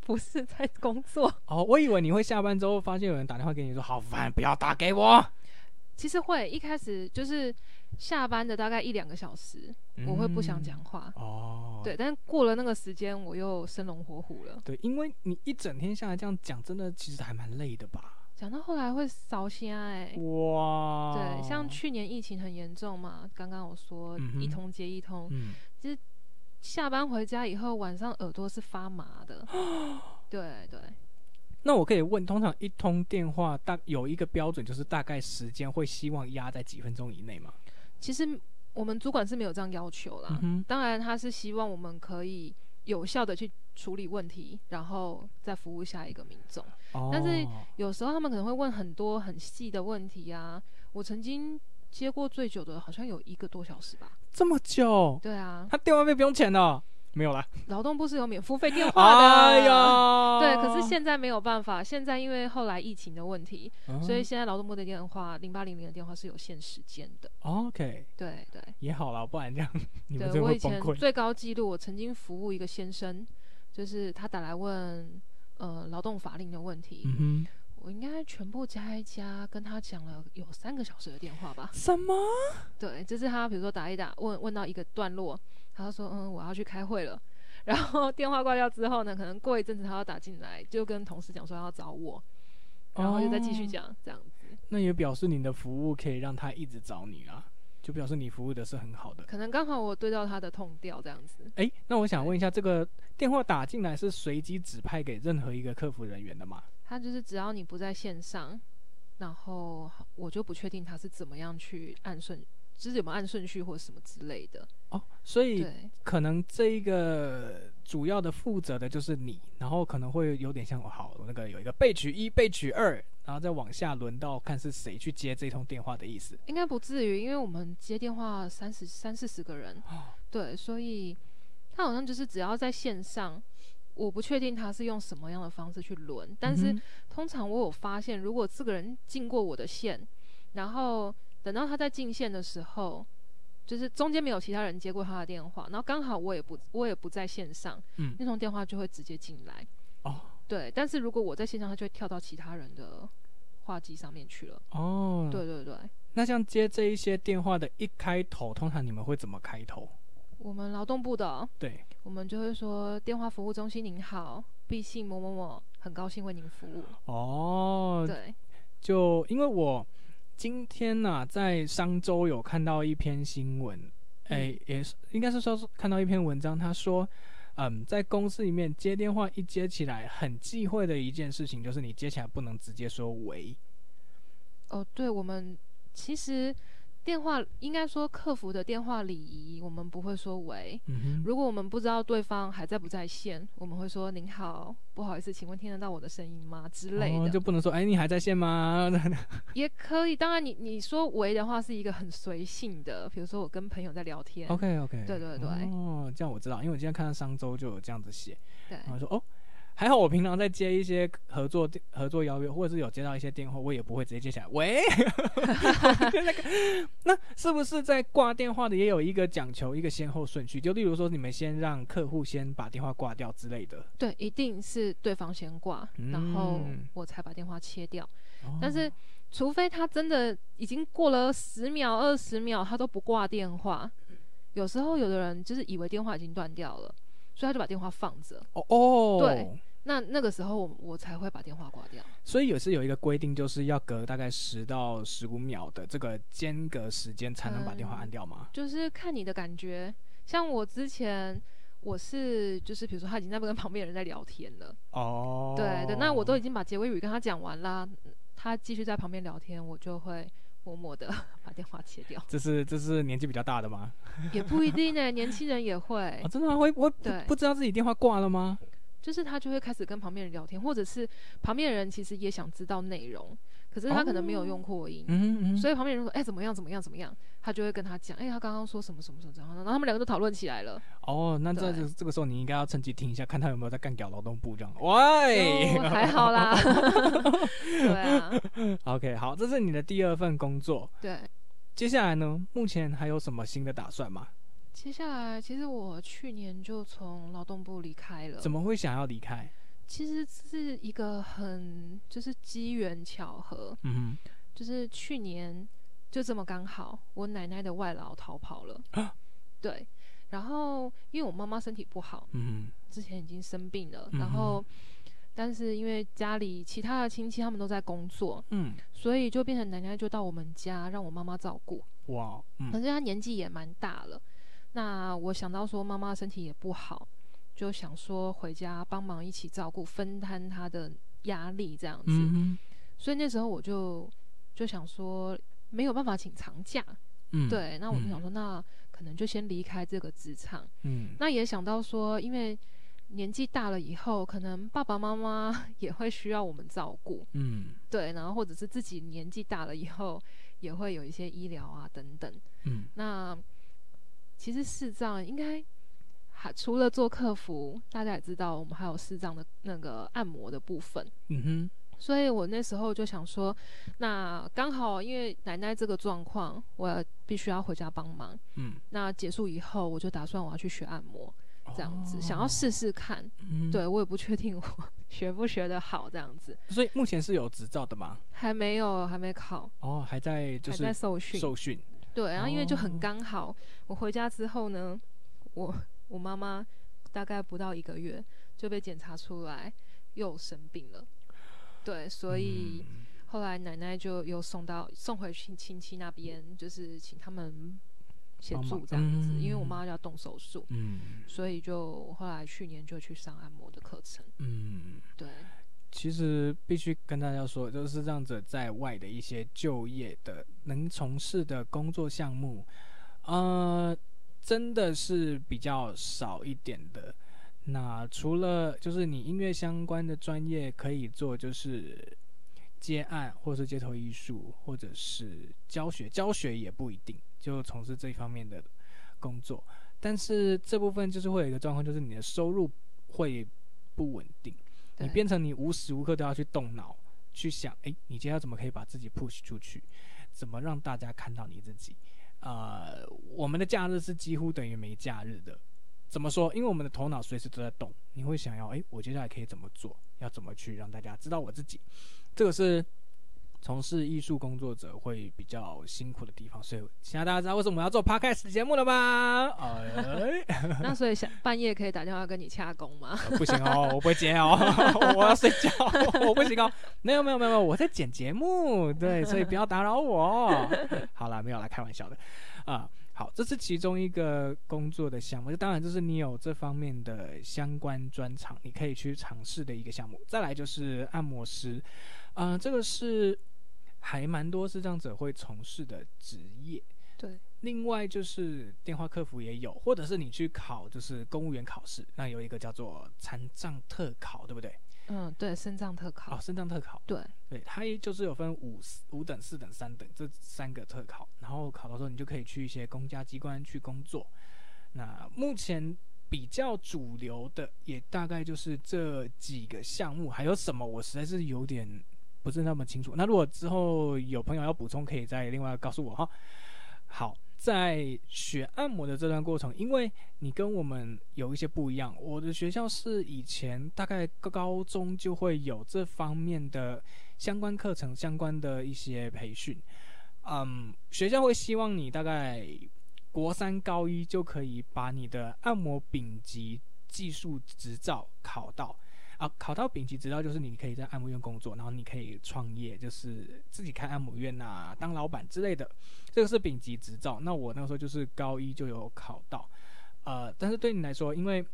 不是在工作，哦，我以为你会下班之后发现有人打电话给你说“好烦，不要打给我其实会一开始就是下班的大概一两个小时，”，我会不想嗯讲话。哦。对，但是过了那个时间，我又生龙活虎了。对，因为你一整天下来这样讲，真的其实还蛮累的吧？讲到后来会烧心哎、哇，对，像去年疫情很严重嘛，刚刚我说嗯哼一通接一通，嗯，下班回家以后晚上耳朵是发麻 的。对对，那我可以问，通常一通电话大有一个标准，就是大概时间会希望压在几分钟以内嘛？其实我们主管是没有这样要求啦，嗯当然他是希望我们可以有效的去处理问题，然后再服务下一个民众。哼，但是哦有时候他们可能会问很多很细的问题啊，我曾经接过最久的好像有一个多小时吧。这么久，对啊，他电话费不用钱了？没有啦。劳动部是有免付费电话的。哎呀，对，可是现在没有办法，现在因为后来疫情的问题，在所以现在劳动部的电话零八零零的电话是有限时间的。哦 OK 对对也好啦，不然这样 你们对，真的我会以崩前溃。最高纪录，我曾经服务一个先生，就是他打来问呃劳动法令的问题，嗯哼，我应该全部加一加，跟他讲了有三个小时的电话吧。什么？对，就是他比如说打一打，问问到一个段落，他就说嗯我要去开会了， 然后电话挂掉之后呢，可能过一阵子他要打进来，就跟同事讲说要找我，然后就再继续哦。讲、这样子。那也表示你的服务可以让他一直找你啊，就表示你服务的是很好的。可能刚好我对到他的痛调这样子，哎，那我想问一下，这个电话打进来是随机指派给任何一个客服人员的吗？他就是只要你不在线上，然后我就不确定他是怎么样去按顺，就是有没有按顺序或什么之类的。哦，所以对，可能这一个主要的负责的就是你，然后可能会有点像哦好那个有一个备取一、备取二，然后再往下轮到看是谁去接这通电话的意思。应该不至于，因为我们接电话三十三四十个人，哦对，所以他好像就是只要在线上，我不确定他是用什么样的方式去轮，但是嗯通常我有发现，如果这个人进过我的线，然后等到他在进线的时候，就是中间没有其他人接过他的电话，然后刚好我也不我也不在线上，嗯那通电话就会直接进来，哦对，但是如果我在线上，他就会跳到其他人的话机上面去了，哦，对对对。那像接这一些电话的一开头，通常你们会怎么开头？我们劳动部的哦、对，我们就会说电话服务中心您好，必信某某某，很高兴为您服务。哦，对，就因为我今天呐、在商周有看到一篇新闻，哎、也是应该是说是看到一篇文章，他说，嗯，在公司里面接电话一接起来，很忌讳的一件事情就是你接起来不能直接说喂，哦，对，我们其实电话应该说客服的电话礼仪，我们不会说喂。嗯哼，如果我们不知道对方还在不在线，我们会说您好，不好意思，请问听得到我的声音吗之类哦、的，就不能说哎、你还在线吗？ 也可以。当然你，你说喂的话是一个很随性的，比如说我跟朋友在聊天 OK OK，对对对哦，这样我知道，因为我今天看到商周就有这样子写，对，然后说哦，还好我平常在接一些合作电合作邀约，或者是有接到一些电话，我也不会直接接起来，喂，我就那个，那是不是在挂电话的也有一个讲求一个先后顺序？就例如说，你们先让客户先把电话挂掉之类的，对，一定是对方先挂，然后嗯我才把电话切掉。哦但是，除非他真的已经过了十秒、二十秒，他都不挂电话。有时候有的人就是以为电话已经断掉了，所以他就把电话放着。哦哦，对。那那个时候我我才会把电话挂掉。所以也是有一个规定，就是要隔大概十到十五秒的这个间隔时间才能把电话嗯按掉吗？就是看你的感觉。像我之前我是就是比如说他已经在跟旁边的人在聊天了，哦，对对，那我都已经把结尾语跟他讲完啦，他继续在旁边聊天，我就会默默的 把电话切 掉。这是这是年纪比较大的吗？也不一定呢、欸年轻人也会啊，，真的吗？会我不哎对不知道自己电话挂了吗？就是他就会开始跟旁边人聊天，或者是旁边的人其实也想知道内容，可是他可能没有用扩音。嗯嗯，所以以旁边人说：“哎、怎么样？怎么样？怎么样？”他就会跟他讲：“哎、他刚刚说什么什么什么什么。”然后他们两个都讨论起来了。哦，那这对这这个时候你应该要趁机听一下，看他有没有在干掉劳动部 这样。喂就还好啦。对啊， ，OK，好，这是你的第二份工作。对。接下来呢，目前还有什么新的打算吗？接下来，其实我去年就从劳动部离开了。怎么会想要离开？其实是一个很就是机缘巧合，嗯就是去年就这么刚好，我奶奶的外劳逃跑了。啊对，然后因为我妈妈身体不好，哼嗯之前已经生病了，嗯哼然后但是因为家里其他的亲戚他们都在工作，哼所以就变成奶奶就到我们家让我妈妈照顾。嗯，哇，可嗯是她年纪也蛮大了，那我想到说妈妈身体也不好，就想说回家帮忙一起照顾，分摊她的压力这样子。嗯所以那时候我就就想说没有办法请长假，嗯，，对，那我就想说那可能就先离开这个职场。嗯那也想到说，因为年纪大了以后，可能爸爸妈妈 也会需要我们照顾，嗯对，然后或者是自己年纪大了以后，也会有一些医疗啊等等。嗯那其实视障应该还除了做客服，大家也知道，我们还有视障的那个按摩的部分。嗯哼，所以我那时候就想说，那刚好因为奶奶这个状况，我必须要回家帮忙。嗯，那结束以后，我就打算我要去学按摩，这样子，想要哦，试试看。嗯，对我也不确定我 学不学得好，这样子所以目前是有执照的嘛？还没有，还没考，哦，还在就还在是受训。受训，对，然后因为就哦很刚好，我回家之后呢，我我妈妈大概不到一个月就被检查出来又生病了，对，所以嗯后来奶奶就又送到送回亲亲戚那边，就是请他们协帮忙助这样子，因为我嗯妈要动手术，嗯所以就后来去年就去上按摩的课程，嗯。对，其实必须跟大家说，就是这样子，在外的一些就业的能从事的工作项目，呃，真的是比较少一点的。那除了就是你音乐相关的专业可以做，就是接案，或是街头艺术，或者是教学，教学也不一定就从事这方面的工作。但是这部分就是会有一个状况，就是你的收入会不稳定。对你变 成你无时无刻都要去动脑，去想，诶，你今天要怎么可以把自己 push 出去，怎么让大家看到你自己。呃，我们的假日是几乎等于没假日的。怎么说？因为我们的头脑随时都在动，你会想要，诶，我接下来可以怎么做？要怎么去让大家知道我自己？这个是从事艺术工作者会比较辛苦的地方，所以现在大家知道为什么我要做 podcast 节目了吧？哎，那所以想半夜可以打电话跟你洽工吗？ 呃不行哦，我不会接哦， 我要睡觉，我不行哦。没有没有没有没有，我在剪节目，对，所以不要打扰我。 好啦，没有啦，开玩笑的啊。好，这是其中一个工作的项目，就当然就是你有这方面的相关专长，你可以去尝试的一个项目。再来就是按摩师，嗯、这个是还蛮多视障者会从事的职业。对，另外就是电话客服也有，或者是你去考就是公务员考试，那有一个叫做残障特考，对不对？嗯，对，肾脏特考，哦，肾脏特考，对，对，它也就是有分五五等、四等、三等这三个特考，然后考到时候你就可以去一些公家机关去工作。那目前比较主流的也大概就是这几个项目，还有什么我实在是有点不是那么清楚。那如果之后有朋友要补充，可以再另外告诉我哈。好，在学按摩的这段过程，因为你跟我们有一些不一样，我的学校是以前大概高中就会有这方面的相关课程、相关的一些培训。嗯，学校会希望你大概国三、高一就可以把你的按摩丙级技术执照考到。啊，考到丙级执照就是你可以在按摩院工作，然后你可以创业，就是自己开按摩院啊，当老板之类的。这个是丙级执照。那我那个时候就是高一就有考到，呃，但是对你来说，因为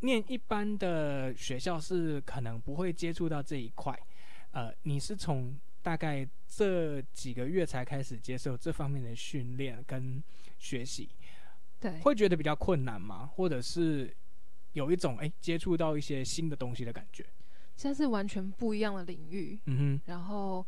念一般的学校是可能不会接触到这一块，呃，你是从大概这几个月才开始接受这方面的训练跟学习，对，会觉得比较困难吗？或者是有一种哎接触到一些新的东西的感觉？这是完全不一样的领域。嗯然后，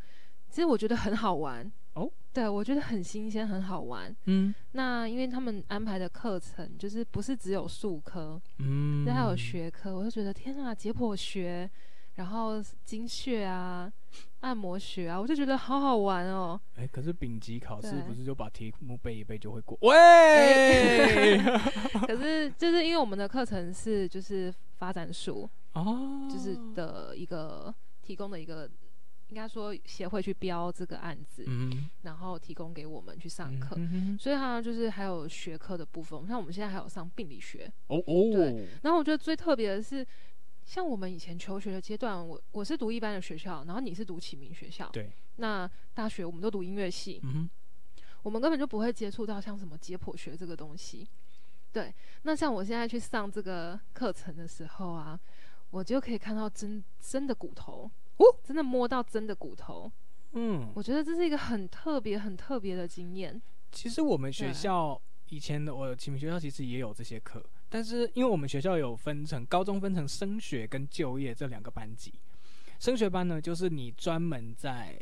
其实我觉得很好玩哦，对我觉得很新鲜，很好玩。哼，嗯那因为他们安排的课程就是不是只有术科，嗯那还有学科，我就觉得天啊，解剖学，然后经穴啊、按摩学啊，我就觉得好好玩哦。哎，可是丙级考试对不是就把题目背一背就会过？喂， 可是就是因为我们的课程是就是发展署哦，就是的一个提供的一个，应该说协会去标这个案子，嗯，然后提供给我们去上课。嗯哼所以它就是还有学科的部分，像我们现在还有上病理学。哦哦对，然后我觉得最特别的是，像我们以前求学的阶段，我我是读一般的学校，然后你是读启明学校，对，那大学我们都读音乐系，嗯哼，我们根本就不会接触到像什么解剖学这个东西。对，那像我现在去上这个课程的时候啊，我就可以看到真真的骨头，哦，真的摸到真的骨头，嗯，我觉得这是一个很特别、很特别的经验。其实我们学对校以前的我启明学校其实也有这些课，但是因为我们学校有分成高中分成升学跟就业这两个班级，升学班呢就是你专门在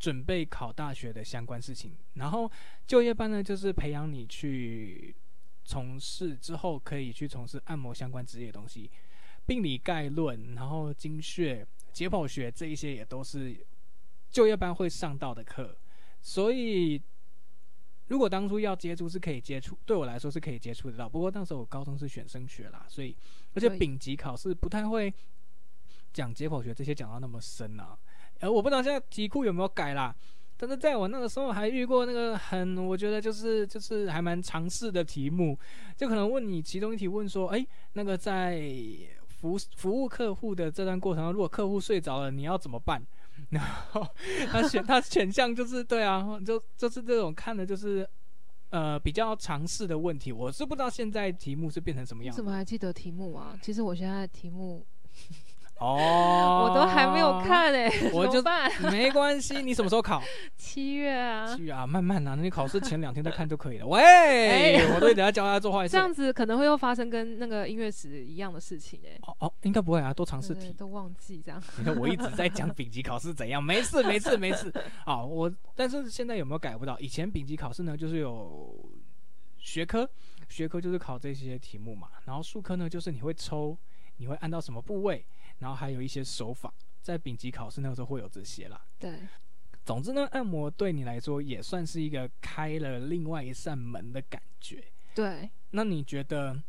准备考大学的相关事情，然后就业班呢就是培养你去从事之后可以去从事按摩相关职业的东西，病理概论，然后经穴、解剖学这一些也都是就业班会上到的课，所以如果当初要接触是可以接触，对我来说是可以接触得到。不过那时候我高中是选升学啦，所以而且对丙级考试不太会讲解剖学这些讲到那么深啊。呃，我不知道现在题库有没有改啦，但是在我那个时候还遇过那个很，我觉得就是就是还蛮尝试的题目，就可能问你其中一题问说，哎，那个在服服务客户的这段过程中，如果客户睡着了，你要怎么办？ 然后他选 他选项就是对啊，就就是这种看的就是呃比较尝试的问题，我是不知道现在题目是变成什么你样怎子么还记得题目啊？其实我现在的题目哦我都还没有，看哎、我怎就么办？没关系，你什么时候 考？七月啊，去啊，慢慢啊，那你考试前两天再看就可以了。喂，我都等下教他做坏事哎这。样子可能会又发生跟那个音乐史一样的事情哎、哦哦，应该不会啊，多尝对试对题。都忘记这样。你看我一直在讲丙级考试怎样，没事没事没事。好，我但是现在有没有改不到？以前丙级考试呢，就是有学科，学科就是考这些题目嘛，然后数科呢，就是你会抽，你会按到什么部位，然后还有一些手法，在丙级考试那个时候会有这些啦。 对，总之呢，按摩对你来说也算是一个开了另外一扇门的感觉。对，那你觉得，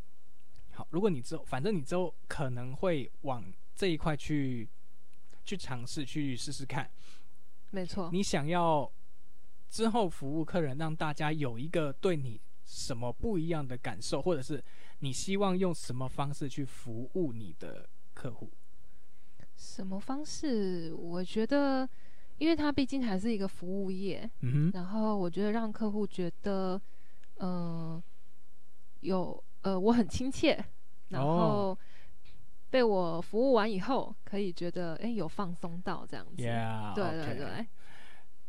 好，如果你之后，反正你之后可能会往这一块去去尝试去试试看，没错，你想要之后服务客人，让大家有一个对你什么不一样的感受，或者是你希望用什么方式去服务你的客户？什么方式？我觉得，因为它毕竟还是一个服务业，嗯哼，然后我觉得让客户觉得，嗯、有呃我很亲切，然哦后被我服务完以后，可以觉得哎、诶有放松到这样子。 ，Yeah，对 OK 对对，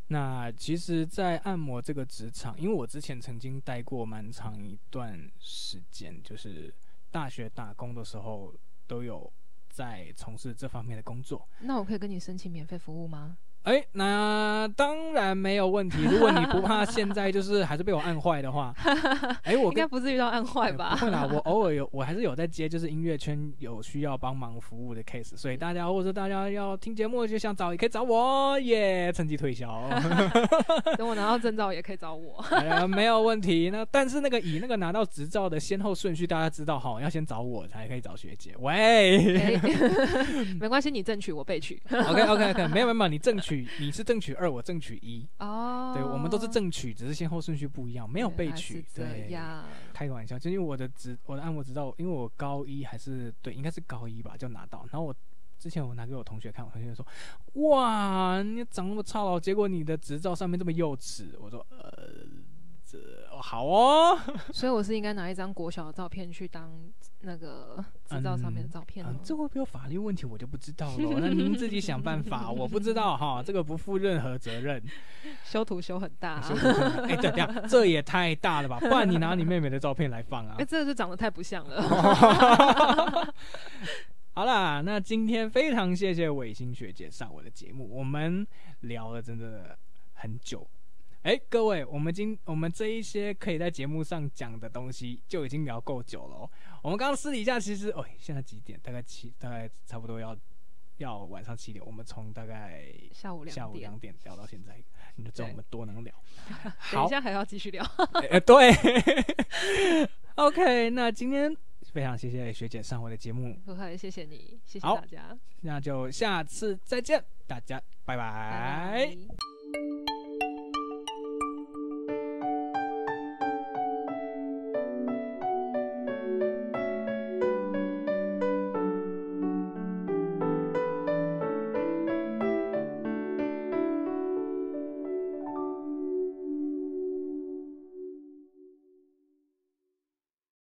那其实，在按摩这个职场，因为我之前曾经待过蛮长一段时间，就是大学打工的时候都有在从事这方面的工作。那我可以跟你申请免费服务吗？哎，那当然没有问题。如果你不 怕现在就是还是被我按坏的话，哎，我应该跟不至于到按坏哎 吧不？会 啦，我偶尔有，我还是有在接，就是音乐圈有需要帮忙服务的 case，所以大家或者说大家要听节目就想找，也可以找我耶趁机推销。哎等我拿到证照也可以找 我。呃，没有问题。那但是那个以那个拿到执照的先后顺序，大家知道哈，要先找我才可以找学姐。 喂 诶没关系，你争取我被取。 ，OK OK OK，没有没有没有，你正取你是正取二，我正取一，哦，对我们都是正取，只是先后顺序不一样，没有原被来是取。这对，样开个玩笑，就因为我的执我的按摩执照，因为我高一还是对，应该是高一吧就拿到，然后我。之前我拿给我同学看，我同学说：“哇，你长那么操劳，结果你的执照上面这么幼稚。”我说：“呃，这哦好哦。”所以我是应该拿一张国小的照片去当那个执照上面的照片啊哦，这会不会有法律问题，我就不知道 了。那您自己想办法，我不知道哈，这个不负任何责任。修图修很大、啊是。不是哎，对对，这也太大了吧？不然你拿你妹妹的照片来放啊哎、？这个就长得太不像了。 好啦，那今天非常谢谢伟星学姐上我的节目，我们聊了真的很久。哎，各位，我们今我们这一些可以在节目上讲的东西就已经聊够久了、哦。我们刚刚私底下其实，哦，现在几点？大概七，大概差不多要要晚上七点。我们从大概下午两点，下午两点聊到现在，你就知道我们多能 聊。等好一，下还要继续聊。哎、呃对，OK，那今天非常谢谢学姐上我的节目，不会，谢谢你，谢谢好大家，那就下次再见，大家拜拜拜拜。